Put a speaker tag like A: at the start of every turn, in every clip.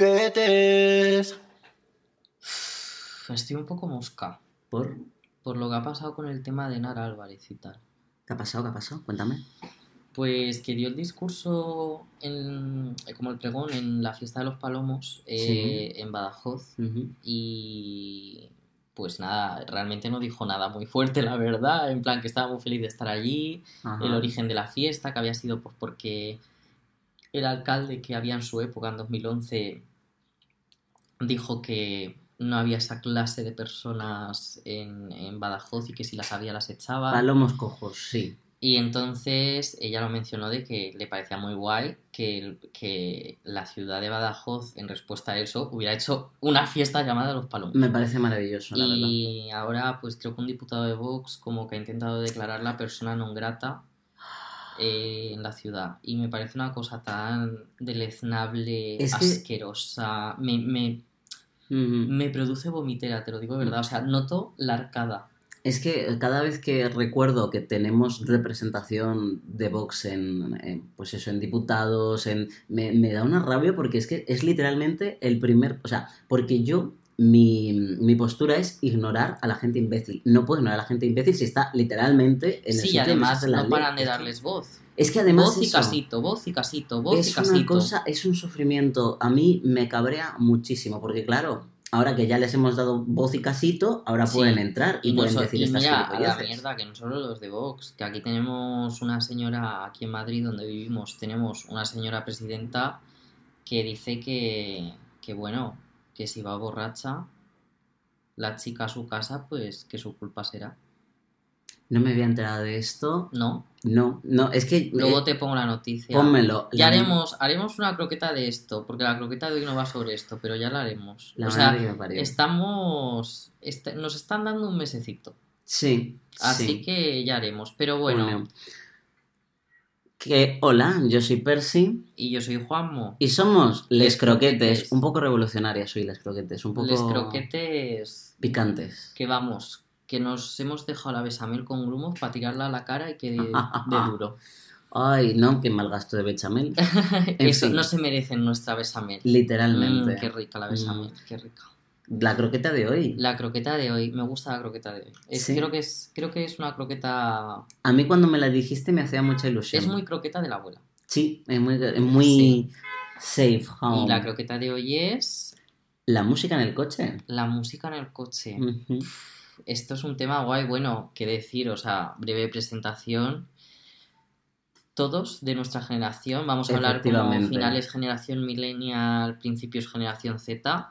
A: croquetes.
B: Estoy un poco mosca
C: ¿Por?
B: por lo que ha pasado con el tema de Nara Álvarez y tal.
C: ¿Qué ha pasado? ¿Qué ha pasado? Cuéntame.
B: Pues que dio el discurso en- como el pregón en la fiesta de los palomos eh, en Badajoz
C: Ujú.
B: y pues nada, realmente no dijo nada muy fuerte, la verdad, en plan que estaba muy feliz de estar allí,
C: Ajá.
B: el origen de la fiesta, que había sido pues porque el alcalde que había en su época, en 2011, dijo que no había esa clase de personas en, en Badajoz y que si las había las echaba.
C: Palomos cojos, sí.
B: Y entonces ella lo mencionó de que le parecía muy guay que, el- que la ciudad de Badajoz, en respuesta a eso, hubiera hecho una fiesta llamada Los Palomos.
C: Me parece maravilloso, la verdad.
B: Y ahora, pues creo que un diputado de Vox como que ha intentado declarar la persona non grata eh, en la ciudad. Y me parece una cosa tan deleznable,
C: Es que-
B: asquerosa. Me, me,
C: Ujú.
B: me produce vomitera, te lo digo de verdad. O sea, noto la arcada.
C: Es que cada vez que recuerdo que tenemos representación de Vox en, en, pues eso, en diputados, en, me, me da una rabia porque es que es literalmente el primer, o sea, porque yo mi, mi postura es ignorar a la gente imbécil. No puedo ignorar a la gente imbécil si está literalmente en el
B: Sí, y
C: sitio donde
B: además
C: se hace la
B: no
C: ley.
B: paran de
C: Es que-
B: darles voz.
C: Es que además
B: voz y
C: eso-
B: casito, voz y casito, voz y
C: es
B: casito.
C: una cosa, es un sufrimiento. A mí me cabrea muchísimo, porque claro, ahora que ya les hemos dado voz y casito, ahora
B: Sí,
C: pueden entrar y,
B: y, no
C: pueden
B: so-
C: decir
B: y
C: estas
B: mira, a la
C: gilipolleces.
B: mierda, que no solo los de Vox, que aquí tenemos una señora, aquí en Madrid donde vivimos, tenemos una señora presidenta que dice que, que bueno, que si va borracha la chica a su casa, pues que su culpa será,
C: No me había enterado de esto.
B: ¿no?
C: No, no, es que.
B: Luego
C: eh,
B: te pongo la noticia.
C: Pónmelo.
B: Ya
C: La-
B: haremos, haremos una croqueta de esto, porque la croqueta de hoy no va sobre esto, pero ya la haremos.
C: La
B: o sea,
C: madre que me parió.
B: estamos... est- nos están dando un mesecito.
C: Sí.
B: Así
C: sí,
B: que ya haremos. Pero bueno,
C: ponlo. Que, hola, yo soy Percy
B: y yo soy Juanmo.
C: y somos Les
B: Les Croquetes.
C: Croquetes. Un poco revolucionarias soy Les Croquetes, un poco
B: Les croquetes
C: picantes.
B: que vamos, que nos hemos dejado la besamel con grumos para tirarla a la cara y que de, de duro.
C: Ay, no, qué mal gasto de
B: Mm,
C: bechamel. En
B: Eso
C: fin.
B: no se merecen nuestra besamel.
C: Literalmente.
B: Mm, qué rica la besamel,
C: Mm.
B: qué rica.
C: La croqueta de hoy.
B: La croqueta de hoy, me gusta la croqueta de hoy. Es-
C: Sí.
B: creo, que es, creo que es una croqueta...
C: A mí cuando me la dijiste me hacía mucha ilusión.
B: Es muy croqueta de la abuela.
C: Sí, es muy, es muy
B: Sí.
C: safe home.
B: Y la
C: la,
B: croqueta de hoy es
C: música en el coche.
B: la música en el coche.
C: Ujú.
B: Esto es un tema guay, bueno, qué decir, o sea, breve presentación. Todos de nuestra generación, vamos a hablar como
C: Efectivamente.
B: finales generación millennial, principios generación Z,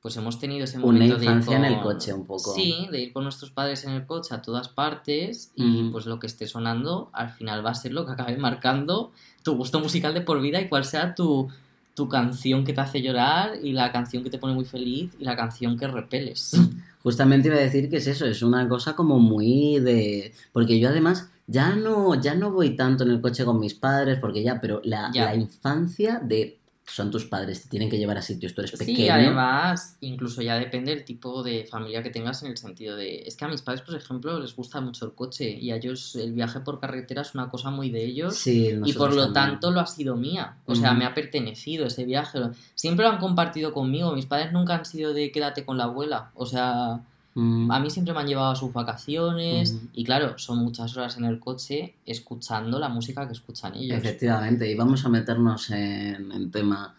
B: pues hemos tenido ese
C: Una
B: momento de ir
C: infancia en el
B: con-
C: coche un poco.
B: Sí, de ir con nuestros padres en el coche a todas partes
C: Ujú.
B: y pues lo que esté sonando al final va a ser lo que acabe marcando tu gusto musical de por vida y cuál sea tu, tu canción que te hace llorar y la canción que te pone muy feliz y la canción que repeles.
C: Justamente iba a decir que es eso, es una cosa como muy de... Porque yo además ya no, ya no voy tanto en el coche con mis padres, porque ya, pero la,
B: Ya.
C: la infancia de... Son tus padres, te tienen que llevar a sitios, tú eres pequeño.
B: Sí, además, incluso ya depende del tipo de familia que tengas en el sentido de... Es que a mis padres, por ejemplo, les gusta mucho el coche y a ellos el viaje por carretera es una cosa muy de ellos
C: Sí,
B: y
C: nosotros
B: por lo
C: también.
B: tanto lo ha sido mía. O sea,
C: Ujú.
B: me ha pertenecido ese viaje. Siempre lo han compartido conmigo. Mis padres nunca han sido de quédate con la abuela. O sea,
C: Mm.
B: a mí siempre me han llevado a sus vacaciones
C: Ujú.
B: y claro, son muchas horas en el coche escuchando la música que escuchan ellos.
C: Efectivamente, y vamos a meternos en, en tema.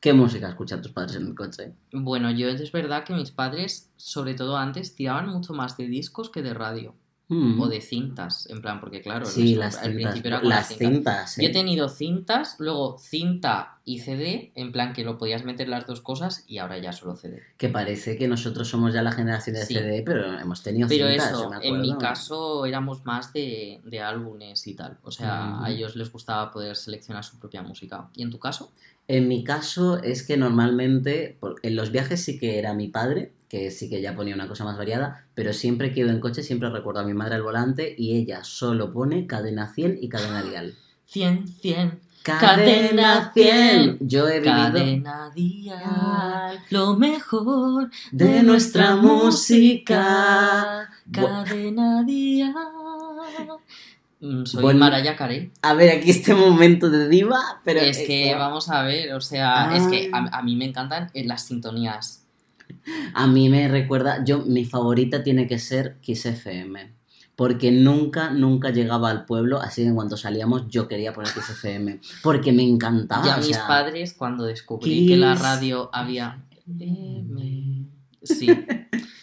C: ¿Qué música escuchan tus padres en el coche?
B: Bueno, yo es verdad que mis padres, sobre todo antes, tiraban mucho más de discos que de radio
C: Mm.
B: o de cintas, en plan, porque Hmm. claro,
C: Sí,
B: nuestro-
C: las
B: al
C: cintas.
B: principio era con las
C: Las
B: cintas.
C: cintas.
B: Yo he
C: eh.
B: tenido cintas, luego cinta y CD, en plan que lo podías meter las dos cosas y ahora ya solo CD.
C: Que parece que nosotros somos ya la generación de
B: Sí.
C: CD, pero hemos tenido
B: Pero
C: cintas, yo
B: eso,
C: me acuerdo.
B: en mi caso éramos más de, de álbumes y tal, o sea,
C: Ujú.
B: a ellos les gustaba poder seleccionar su propia música. ¿Y en tu caso?
C: En mi caso es que normalmente, por- en los viajes sí que era mi padre, que sí que ya ponía una cosa más variada, pero siempre que iba en coche siempre recuerdo a mi madre al volante y ella solo pone cadena 100 y cadena dial.
B: 100, 100,
C: ¡Cadena 100! Yo he vivido...
B: cadena dial, lo mejor
C: de nuestra música. Bu-
B: Cadena día. Mm, Soy
C: Bueno.
B: Mariah Carey.
C: A ver, aquí este momento de diva, pero... eh,
B: es que vamos a ver, o sea,
C: Ah.
B: es que a, a mí me encantan eh, las sintonías.
C: A mí me recuerda, yo, mi favorita tiene que ser Kiss FM. Porque nunca, nunca llegaba al pueblo, así que en cuanto salíamos yo quería poner Kiss FM. Porque me encantaba.
B: ya
C: Ah, o
B: mis
C: sea,
B: padres, cuando descubrí que la
C: Kiss.
B: radio había.
C: Em,
B: Sí.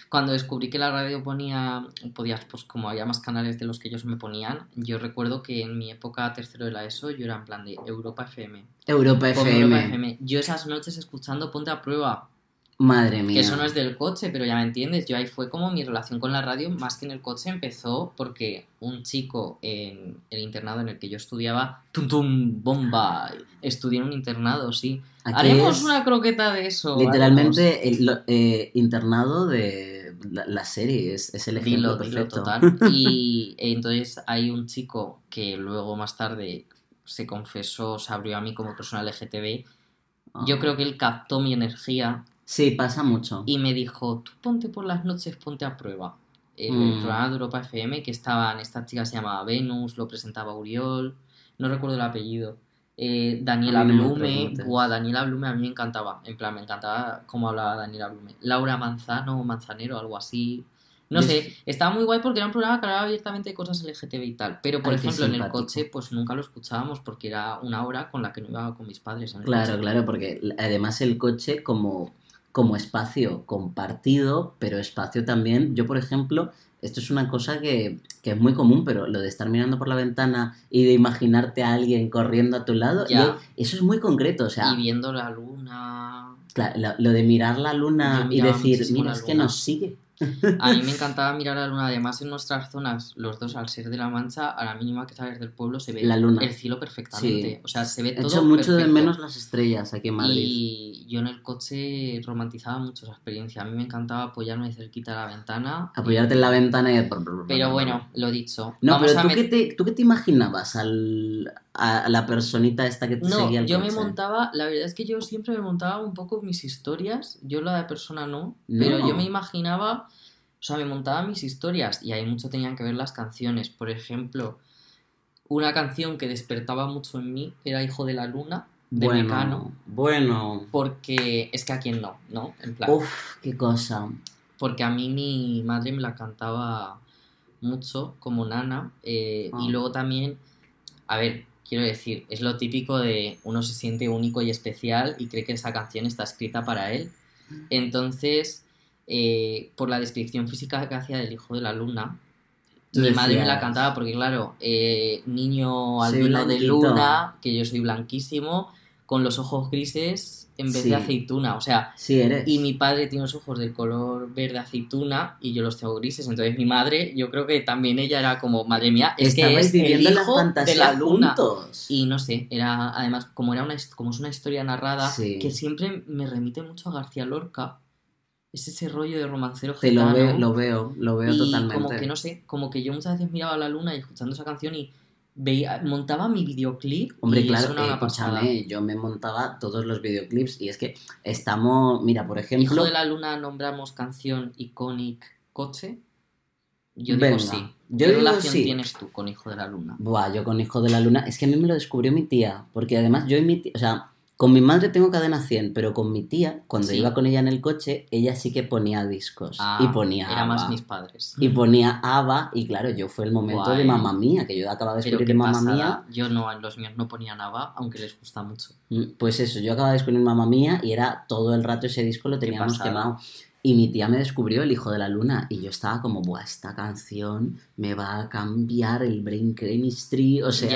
B: Cuando descubrí que la radio ponía, podías, pues como había más canales de los que ellos me ponían, yo recuerdo que en mi época tercero de la ESO yo era en plan de Europa FM.
C: Europa
B: Pon
C: FM.
B: Europa FM. Yo esas noches escuchando Ponte a Prueba,
C: Madre
B: que
C: mía.
B: eso no es del coche, pero ya me entiendes, yo ahí fue como mi relación con la radio, más que en el coche, empezó porque un chico en el internado en el que yo estudiaba, tum tum, bomba, estudié en un internado, sí.
C: Aquí
B: Haremos
C: es
B: una croqueta de eso. haremos.
C: Literalmente el lo- eh, internado de la, la serie, es, es el ejemplo
B: Dilo, dilo,
C: perfecto.
B: total. Y eh, entonces hay un chico que luego más tarde se confesó, se abrió a mí como persona LGTB.
C: Ah.
B: Yo creo que él captó mi energía
C: Sí, pasa mucho.
B: y me dijo, tú ponte por las noches, ponte a prueba. El,
C: Mm.
B: programa de Europa FM, que estaban, esta chica se llamaba Venus, lo presentaba Uriol, no recuerdo el apellido. eh, Daniela
C: A mí no me
B: Blume,
C: preguntes.
B: buah, Daniela Blume a mí me encantaba, en plan, me encantaba cómo hablaba Daniela Blume. Laura Manzano, Manzanero, algo así. No
C: Yo
B: sé, estaba muy guay porque era un programa que hablaba abiertamente de cosas LGTB y tal, pero por
C: Ay, qué
B: ejemplo en el
C: simpático.
B: coche pues nunca lo escuchábamos porque era una hora con la que no iba con mis padres. en el
C: Claro,
B: coche.
C: claro, porque además el coche como, como espacio compartido, pero espacio también, yo por ejemplo, esto es una cosa que, que es muy común, pero lo de estar mirando por la ventana y de imaginarte a alguien corriendo a tu lado,
B: Ya.
C: y eso es muy concreto, o sea,
B: Y viendo la luna,
C: cla- la- lo de mirar la
B: Yo
C: luna y
B: miraba
C: decir,
B: muchísimo
C: mira,
B: la
C: es que
B: luna".
C: nos sigue.
B: A mí me encantaba mirar la luna, además en nuestras zonas, los dos al ser de la Mancha, a la mínima que sales del pueblo se ve
C: La luna.
B: el cielo perfectamente.
C: Sí.
B: O sea, se ve
C: He
B: todo
C: hecho mucho de
B: perfecto.
C: menos las estrellas aquí en Madrid.
B: Y yo en el coche romantizaba mucho esa experiencia. A mí me encantaba apoyarme cerquita a la ventana.
C: Apoyarte en la ventana y...
B: Pero bueno, lo dicho.
C: No,
B: Vamos
C: pero
B: a
C: ¿tú,
B: met-
C: qué te, ¿tú qué te imaginabas al, a, a la personita esta que te
B: No,
C: seguía el
B: yo me
C: coche?
B: montaba, la verdad es que yo siempre me montaba un poco mis historias, yo la de persona no,
C: No.
B: pero yo me imaginaba, o sea, me montaba mis historias y ahí mucho tenían que ver las canciones, por ejemplo, una canción que despertaba mucho en mí era Hijo de la Luna, de
C: bueno,
B: Mecano,
C: Bueno.
B: porque es que a quién no, ¿no? En plan,
C: Uf, qué cosa.
B: porque a mí mi madre me la cantaba mucho como nana eh,
C: Ah.
B: y luego también a ver quiero decir es lo típico de uno se siente único y especial y cree que esa canción está escrita para él entonces eh, por la descripción física que hacía del hijo de la luna
C: Tú
B: mi madre me la
C: decías.
B: cantaba porque claro eh, niño
C: Soy
B: albino de
C: blanquito.
B: luna que yo soy blanquísimo con los ojos grises en vez
C: Sí.
B: de aceituna o sea
C: Sí, eres.
B: y mi padre tiene los ojos del color verde aceituna y yo los tengo grises. Entonces mi madre, yo creo que también ella era como, madre mía, es que
C: Estabais
B: es
C: viviendo
B: el
C: la
B: hijo de
C: fantasía
B: la luna.
C: juntos.
B: Y no sé, era además como era una his- como es una historia narrada
C: Sí.
B: que siempre me remite mucho a García Lorca. Es ese rollo de romancero
C: Te lo,
B: gitano.
C: veo, lo veo, lo veo
B: y
C: totalmente.
B: como que no sé, como que yo muchas veces miraba la luna y escuchando esa canción y veía, montaba mi videoclip
C: Hombre,
B: y
C: claro,
B: eso era una
C: eh,
B: pasada.
C: escúchame, yo me montaba todos los videoclips y es que estamos, mira, por ejemplo,
B: Hijo de la Luna nombramos canción iconic coche. Yo digo
C: Venga,
B: sí.
C: yo
B: ¿Qué
C: digo
B: relación
C: sí.
B: tienes tú con Hijo de la Luna?
C: Buah, yo con Hijo de la Luna. Es que a mí me lo descubrió mi tía. Porque además yo y mi tía. O sea, con mi madre tengo cadena 100, pero con mi tía, cuando
B: Sí.
C: iba con ella en el coche, ella sí que ponía discos.
B: Ah,
C: y ponía.
B: Era más
C: ABBA.
B: mis padres.
C: Y ponía ABBA. Y claro, yo fue el momento
B: Guay.
C: de mamá mía, que yo acababa de
B: Pero
C: descubrir
B: qué
C: mamá
B: pasada.
C: mía.
B: Yo no, en los míos no ponía nada, aunque les gusta mucho.
C: Mm, Pues eso, yo acababa de descubrir mamá mía y era todo el rato ese disco lo
B: Qué
C: teníamos
B: pasada.
C: quemado. Y mi tía me descubrió El Hijo de la Luna y yo estaba como, buah, esta canción me va a cambiar el brain chemistry. O sea.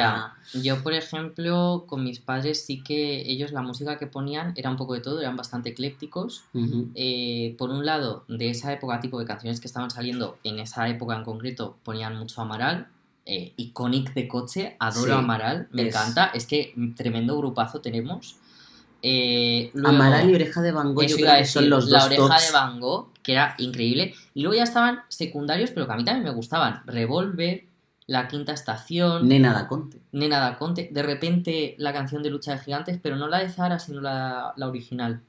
B: Ya. Yo, por ejemplo, con mis padres sí que ellos la música que ponían era un poco de todo, eran bastante eclécticos.
C: ujú.
B: eh, por un lado, de esa época, tipo de canciones que estaban saliendo, en esa época en concreto, ponían mucho Amaral. Eh, Iconic de coche, adoro
C: Sí,
B: Amaral, me
C: es-
B: encanta. Es que tremendo grupazo tenemos. Eh, luego,
C: Amaral y Oreja de Van Gogh yo
B: eso
C: creo
B: iba a
C: que
B: decir,
C: son los dos
B: La oreja
C: tops.
B: de Van Gogh, que era increíble. Y luego ya estaban secundarios, pero que a mí también me gustaban. Revolver, La Quinta Estación,
C: Nena da Conte.
B: Nena da Conte. De repente la canción de Lucha de Gigantes, pero no la de Zara, sino la- la original.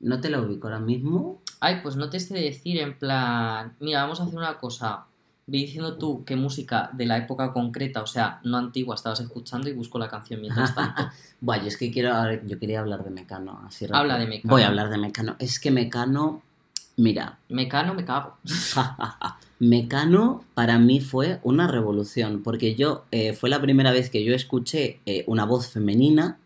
C: No te la ubico ahora mismo.
B: Ay, pues no te sé decir en plan, mira, vamos a hacer una cosa. Ve diciendo tú qué música de la época concreta, o sea, no antigua, estabas escuchando y busco la canción mientras tanto.
C: Bueno, yo es que quiero, a ver, yo quería hablar de Mecano. Así
B: Habla
C: rápido.
B: de Mecano.
C: Voy a hablar de Mecano. Es que Mecano, mira,
B: Mecano, me cago.
C: Mecano para mí fue una revolución, porque yo eh, fue la primera vez que yo escuché eh, una voz femenina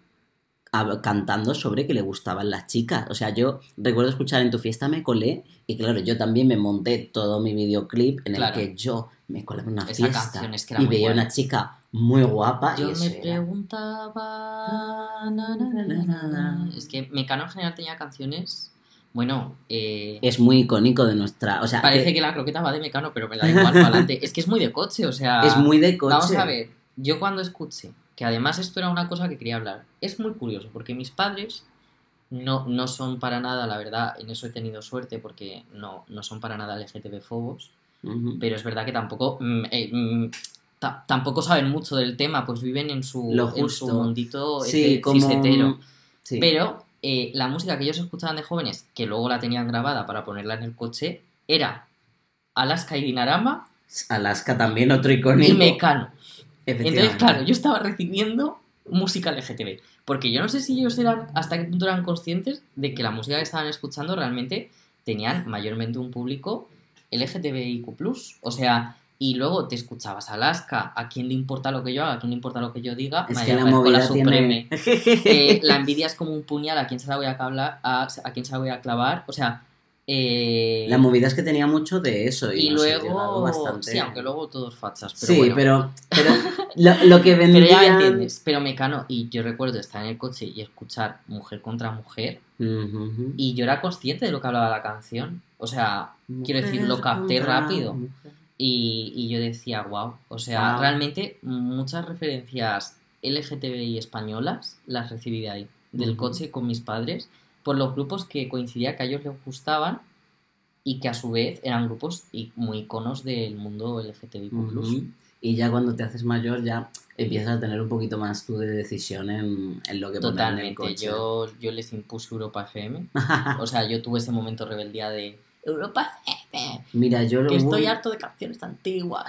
C: hab- cantando sobre que le gustaban las chicas. O sea, yo recuerdo escuchar en tu fiesta me colé y claro, yo también me monté todo mi videoclip en
B: Claro.
C: el que yo me colé en una
B: Esa
C: fiesta
B: canción es que era
C: y
B: muy
C: veía
B: buena.
C: una chica muy guapa y
B: Yo
C: eso
B: me
C: era-
B: preguntaba. na, na, na, na, na. Es que Mecano en general tenía canciones. Bueno, eh,
C: es muy icónico de nuestra, o sea, eh,
B: parece
C: que
B: que la croqueta va de Mecano, pero me da igual para adelante. Es que es muy de coche, o sea.
C: es muy de coche.
B: Vamos a ver, yo cuando escuché, que además esto era una cosa que quería hablar, es muy curioso, porque mis padres no, no son para nada, la verdad, en eso he tenido suerte, porque no, no son para nada LGTB fobos,
C: Ujú.
B: pero es verdad que tampoco, mm, eh, mm, ta- tampoco saben mucho del tema, pues viven en su,
C: Lo
B: en su
C: justo.
B: mundito
C: sí,
B: este cisetero.
C: como sí.
B: Pero eh, la música que ellos escuchaban de jóvenes, que luego la tenían grabada para ponerla en el coche, era Alaska y Dinarama
C: Alaska también otro icónico.
B: y Mecano. Entonces,
C: Efectivamente.
B: claro, yo estaba recibiendo música LGTB. Porque yo no sé si ellos eran, hasta qué punto eran conscientes de que la música que estaban escuchando realmente tenían mayormente un público LGTBIQ. O sea, y luego te escuchabas Alaska, a quién le importa lo que yo haga, a quién le importa lo que yo diga,
C: Es
B: me
C: que la
B: parezco
C: movida
B: Supreme.
C: tiene.
B: Eh, la envidia es como un puñal, a quién se la voy a, cabla- a, a quién se la voy a clavar. O sea, eh,
C: La movida es que tenía mucho de eso. Y,
B: y
C: nos ha llevado
B: luego.
C: bastante.
B: Sí, aunque luego todos fachas. Pero
C: Sí,
B: bueno.
C: pero, pero lo, lo que vendían...
B: Pero ya me entiendes, pero Mecano, y yo recuerdo estar en el coche y escuchar Mujer contra Mujer,
C: Ujú, ujú.
B: y yo era consciente de lo que hablaba la canción, o sea, quiero decir, lo
C: Mujer
B: capté
C: contra
B: rápido.
C: mujer.
B: y, y yo decía, wow, o sea,
C: Guau.
B: realmente muchas referencias LGTBI españolas las recibí de ahí, del
C: Ujú.
B: coche con mis padres, por los grupos que coincidía que a ellos les gustaban y que a su vez eran grupos y muy iconos del mundo LGTBIQ+.
C: Ujú. Y ya cuando te haces mayor ya empiezas a tener un poquito más tú de decisión en, en lo que poner en el
B: Totalmente,
C: coche.
B: yo, yo les impuse Europa FM. O sea, yo tuve ese momento de rebeldía de Europa FM,
C: Mira, yo lo
B: que
C: voy-
B: estoy harto de canciones antiguas,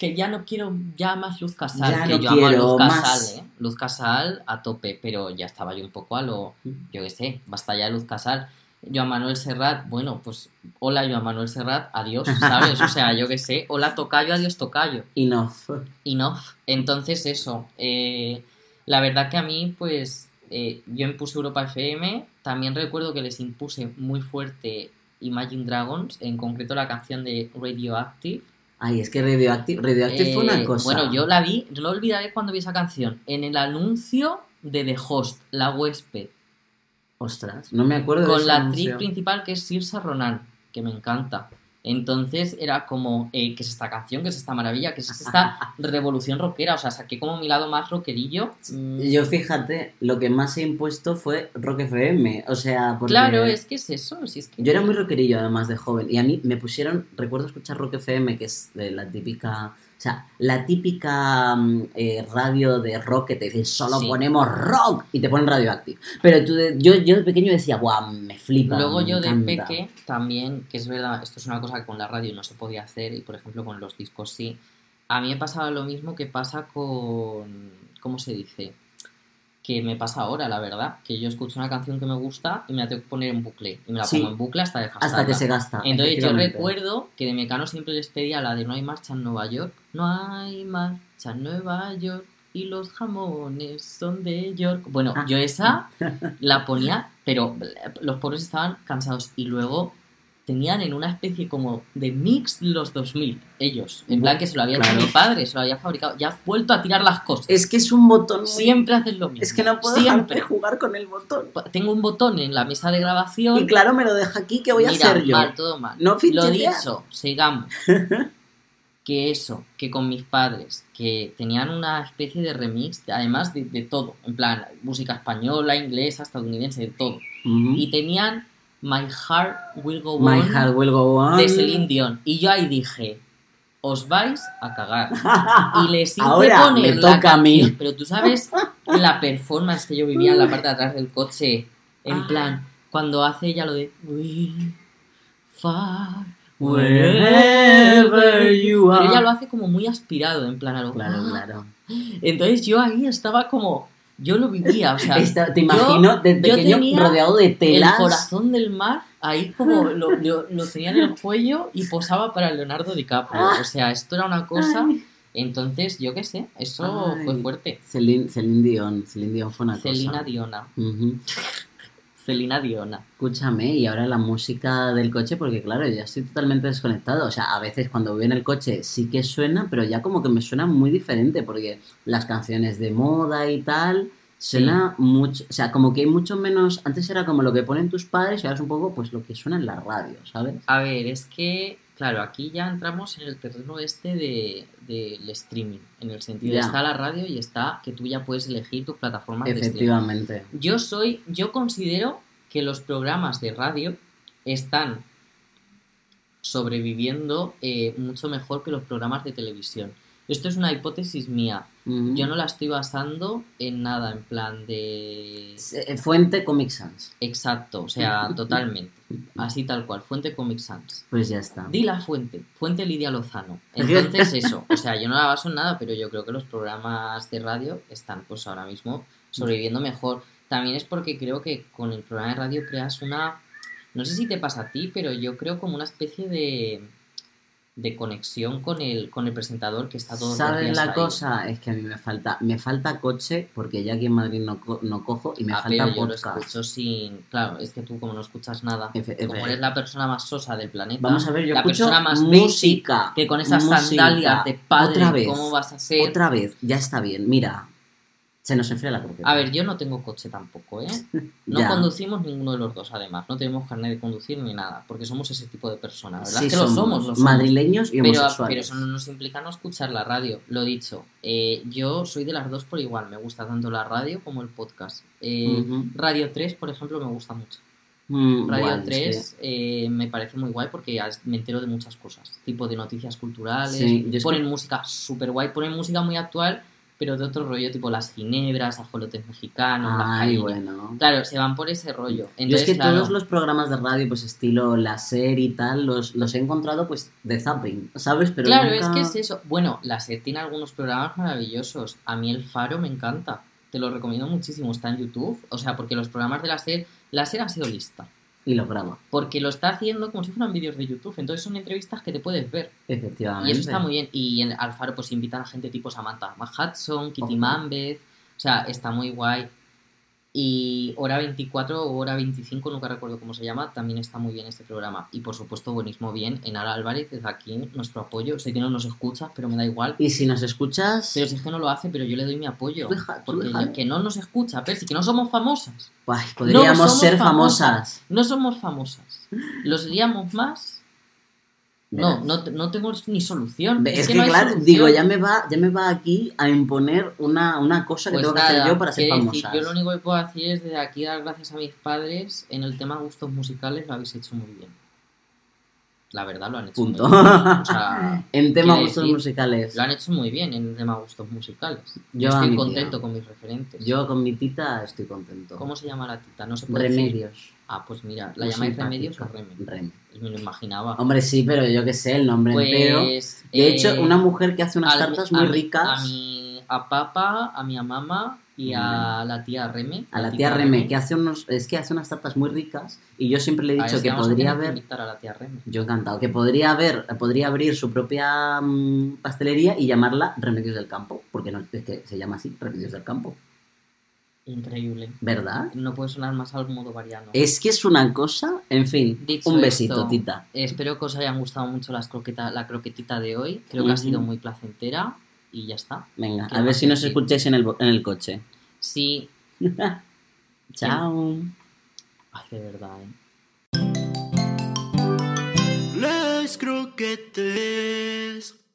B: que ya no quiero ya más Luz Casal,
C: Ya
B: que
C: no
B: yo amo a
C: quiero
B: Luz
C: más.
B: Casal, ¿eh? Luz Casal a tope, pero ya estaba yo un poco a lo,
C: Mm.
B: yo qué sé, basta ya de Luz Casal. Yo a Manuel Serrat, bueno, pues hola yo a Manuel Serrat, adiós, ¿sabes? O sea, yo qué sé, hola Tocayo, adiós Tocayo
C: Enough.
B: enough. Entonces, eso. eh, la verdad que a mí, pues, eh, yo impuse Europa FM. También recuerdo que les impuse muy fuerte Imagine Dragons, en concreto la canción de Radioactive.
C: Ay, es que Radioactive, Radioactive fue
B: Eh,
C: una cosa.
B: Bueno, yo la vi, no olvidaré cuando vi esa canción, en el anuncio de The Host, la huésped,
C: Ostras, no me acuerdo de
B: con
C: ese
B: la
C: anuncio.
B: actriz principal que es Saoirse Ronan, que me encanta. Entonces era como, eh, ¿qué es esta canción? ¿Qué es esta maravilla? ¿Qué es esta revolución rockera? O sea, saqué como mi lado más rockerillo. Mm,
C: Yo fíjate, lo que más he impuesto fue Rock FM. O sea, porque
B: Claro, es que es eso. Si es que...
C: yo era muy rockerillo además de joven. Y a mí me pusieron, recuerdo escuchar Rock FM, que es de la típica. O sea, la típica mm, eh, radio de rock que te dicen solo
B: Sí.
C: ponemos rock y te ponen radioactive. Pero tú de- yo, yo de pequeño decía, guau, me flipa.
B: Luego
C: me
B: yo de
C: encanta".
B: peque también, que es verdad, esto es una cosa que con la radio no se podía hacer y por ejemplo con los discos sí. A mí me pasaba lo mismo que pasa con, ¿cómo se dice? Que me pasa ahora, la verdad, que yo escucho una canción que me gusta y me la tengo que poner en bucle. Y me la
C: Sí.
B: pongo en bucle hasta desgastarla.
C: Hasta que se gasta.
B: Entonces yo
C: Ah, efectivamente.
B: recuerdo que de Mecano siempre les pedía la de No hay marcha en Nueva York. No hay marcha en Nueva York y los jamones son de York. Bueno,
C: Ah.
B: yo esa la ponía, pero los pobres estaban cansados y luego tenían en una especie como de mix los 2000, ellos. En plan que se lo había hecho
C: Claro.
B: mi padre, se lo había fabricado. Ya has vuelto a tirar las cosas.
C: Es que es un botón. muy-
B: Siempre haces lo mismo.
C: Es que no puedo dejar
B: Siempre.
C: de jugar con el botón.
B: Tengo un botón en la mesa de grabación
C: Y claro, me lo deja aquí, que voy a
B: Mira,
C: hacer yo?
B: mal, todo mal.
C: No
B: Lo
C: fichetear.
B: dicho, sigamos. que eso, que con mis padres, que tenían una especie de remix, además de, de todo, en plan, música española, inglesa, estadounidense, de todo.
C: Ujú.
B: Y tenían My Heart Will Go
C: My
B: On
C: heart will go on.
B: de Celine Dion. Y yo ahí dije, os vais a cagar. Y les hice
C: Ahora
B: poner
C: me
B: la
C: toca a mí.
B: canción, Pero tú sabes la performance que yo vivía en la parte de atrás del coche. En
C: Ah.
B: plan, cuando hace ella lo de We far
C: Wherever you
B: Pero ella lo
C: are.
B: hace como muy aspirado, en plan a lo
C: Claro,
B: "Ah".
C: claro.
B: Entonces yo ahí estaba como. Yo lo vivía, o sea.
C: Esta- te imagino de
B: Ah. yo
C: pequeño
B: tenía
C: rodeado de telas. Ah.
B: El corazón del mar, ahí como lo, lo- lo tenía en el cuello y posaba para Leonardo DiCaprio. O sea, esto era una cosa.
C: Ah. Ay.
B: Entonces, yo qué sé, eso
C: Ay.
B: fue fuerte.
C: Celine, Celine Dion, Celine Dion fue una
B: Celina
C: cosa.
B: Diona.
C: Ujú.
B: Celina Diona.
C: Escúchame, y ahora la música del coche, porque claro, ya estoy totalmente desconectado. O sea, a veces cuando voy en el coche sí que suena, pero ya como que me suena muy diferente, porque las canciones de moda y tal, suena mucho, o sea, como que hay mucho menos, antes era como lo que ponen tus padres y ahora es un poco pues lo que suena en la radio, ¿sabes?
B: A ver, es que, claro, aquí ya entramos en el terreno este de- del streaming. En el sentido, de
C: Ya.
B: está la radio y está que tú ya puedes elegir tus plataformas de streaming.
C: Efectivamente.
B: Yo soy, yo considero que los programas de radio están sobreviviendo eh, mucho mejor que los programas de televisión. Esto es una hipótesis mía.
C: Ujú.
B: Yo no la estoy basando en nada, en plan de...
C: Eh, Fuente Comic Sans.
B: Exacto, o sea, totalmente. Así tal cual, fuente Comic Sans.
C: Pues ya está.
B: Di la fuente, fuente Lidia Lozano. Entonces eso, o sea, yo no la baso en nada, pero yo creo que los programas de radio están pues ahora mismo sobreviviendo mejor. También es porque creo que con el programa de radio creas una, no sé si te pasa a ti, pero yo creo como una especie de, de conexión con el, con el presentador que está todo
C: ¿Sabes la cosa? Es que a mí me falta, me falta coche porque ya aquí en Madrid no, co- no cojo y me falta
B: Ah, pero yo lo
C: podcast.
B: escucho sin... Claro, es que tú como no escuchas nada,
C: Efe- efe-
B: como eres la persona más sosa del planeta...
C: eh. Vamos a ver, yo
B: la
C: escucho
B: persona más
C: música.
B: que con esas
C: música.
B: sandalias de padre,
C: Otra vez,
B: ¿cómo vas a ser?
C: Otra vez, ya está bien. Mira, se nos enfría la croqueta.
B: A ver, yo no tengo coche tampoco, ¿eh? No
C: Ya.
B: conducimos ninguno de los dos, además. No tenemos carnet de conducir ni nada, porque somos ese tipo de personas. La verdad
C: Sí
B: es que lo somos, lo somos.
C: Madrileños y
B: Pero,
C: homosexuales.
B: pero eso no nos implica no escuchar la radio. Lo dicho, eh, yo soy de las dos por igual. Me gusta tanto la radio como el podcast. Eh,
C: Ujú.
B: Radio 3, por ejemplo, me gusta mucho.
C: Mm,
B: Radio
C: guay, es
B: 3 eh, me parece muy guay porque as- me entero de muchas cosas. Tipo de noticias culturales.
C: Sí, yo es
B: ponen
C: que-
B: música súper guay. Ponen música muy actual, pero de otro rollo. Tipo las ginebras, ajolotes mexicanos, las
C: Ay,
B: jainas.
C: bueno.
B: Claro, se van por ese rollo.
C: Yo es
B: Entonces,
C: que
B: claro,
C: todos los programas de radio, pues estilo la serie y tal, los, los he encontrado pues de zapping, ¿sabes? Pero
B: claro
C: nunca-
B: es que es eso. Bueno, la SER tiene algunos programas maravillosos. A mí el Faro me encanta. Te lo recomiendo muchísimo. Está en YouTube. O sea, porque los programas de la SER, la SER ha sido lista.
C: Y los grabo,
B: Porque lo está haciendo como si fueran vídeos de YouTube. Entonces son entrevistas que te puedes ver.
C: efectivamente.
B: Y eso está muy bien. Y en Alfaro pues invitan a gente tipo Samantha Hudson, Kitty
C: Ojo.
B: Mambeth. O sea, está muy guay. Y Hora 24 o Hora 25, nunca recuerdo cómo se llama, también está muy bien este programa. Y por supuesto, buenísimo bien. Enara Álvarez, desde aquí, nuestro apoyo. Sé que no nos escuchas, pero me da igual.
C: Y si nos escuchas,
B: Pero si es que no lo hace, pero yo le doy mi apoyo.
C: Tú deja- ¿eh? tú
B: porque
C: déjalo.
B: que no nos escucha, Percy, que no somos famosas.
C: ay, podríamos
B: somos
C: ser
B: famosas.
C: famosas.
B: No somos famosas. Lo seríamos más. No,
C: Verás.
B: no, te- no tengo ni solución.
C: Ve, Es, que,
B: no hay
C: claro,
B: solución.
C: digo, ya me va, ya me va aquí a imponer una, una cosa que
B: Pues
C: tengo que
B: nada,
C: hacer yo para ser
B: ¿qué
C: famosa.
B: decir? yo lo único que puedo decir es desde aquí dar gracias a mis padres en el tema gustos musicales lo habéis hecho muy bien. La verdad lo han hecho
C: Punto.
B: muy bien. O sea,
C: en tema
B: quiere
C: gustos
B: decir-
C: musicales.
B: lo han hecho muy bien en el tema gustos musicales.
C: Yo a
B: Estoy
C: mi
B: contento
C: tía.
B: con mis referentes.
C: Yo con mi tita estoy contento.
B: ¿Cómo se llama la tita? No se puede decir.
C: Remedios.
B: Ah, pues mira, la
C: Muy
B: llamáis
C: simpática.
B: remedios o remedio.
C: Reme.
B: Me lo imaginaba.
C: Hombre, sí, pero yo qué sé, el nombre entero. De
B: pues,
C: hecho,
B: eh,
C: una mujer que hace unas
B: al-
C: tartas
B: a
C: muy
B: mi-
C: ricas.
B: A mi a papa, a mi mamá y a la tía Reme.
C: A la tía Reme, que hace unos, es que hace unas tartas muy ricas y yo siempre le he
B: A
C: dicho
B: esa
C: que
B: vamos a
C: podría
B: tener que
C: haber,
B: invitar a la tía Reme.
C: yo encantado, que podría haber, podría abrir su propia mm, pastelería y llamarla Remedios del Campo, porque no, es que se llama así, Remedios del Campo,
B: Increíble.
C: ¿verdad?
B: No puede sonar más al modo variano.
C: Es que es una cosa, en fin,
B: Dicho
C: un besito,
B: esto,
C: tita.
B: Espero que os hayan gustado mucho las croqueta, la croquetita de hoy. Creo que ha
C: Ujú.
B: sido muy placentera y ya está.
C: Venga,
B: ¿qué
C: a ver
B: más
C: si nos
B: decir?
C: escucháis en el, bo- en el coche.
B: Sí,
C: Chao.
B: ay, de verdad, ¿eh?
A: Les croquettes.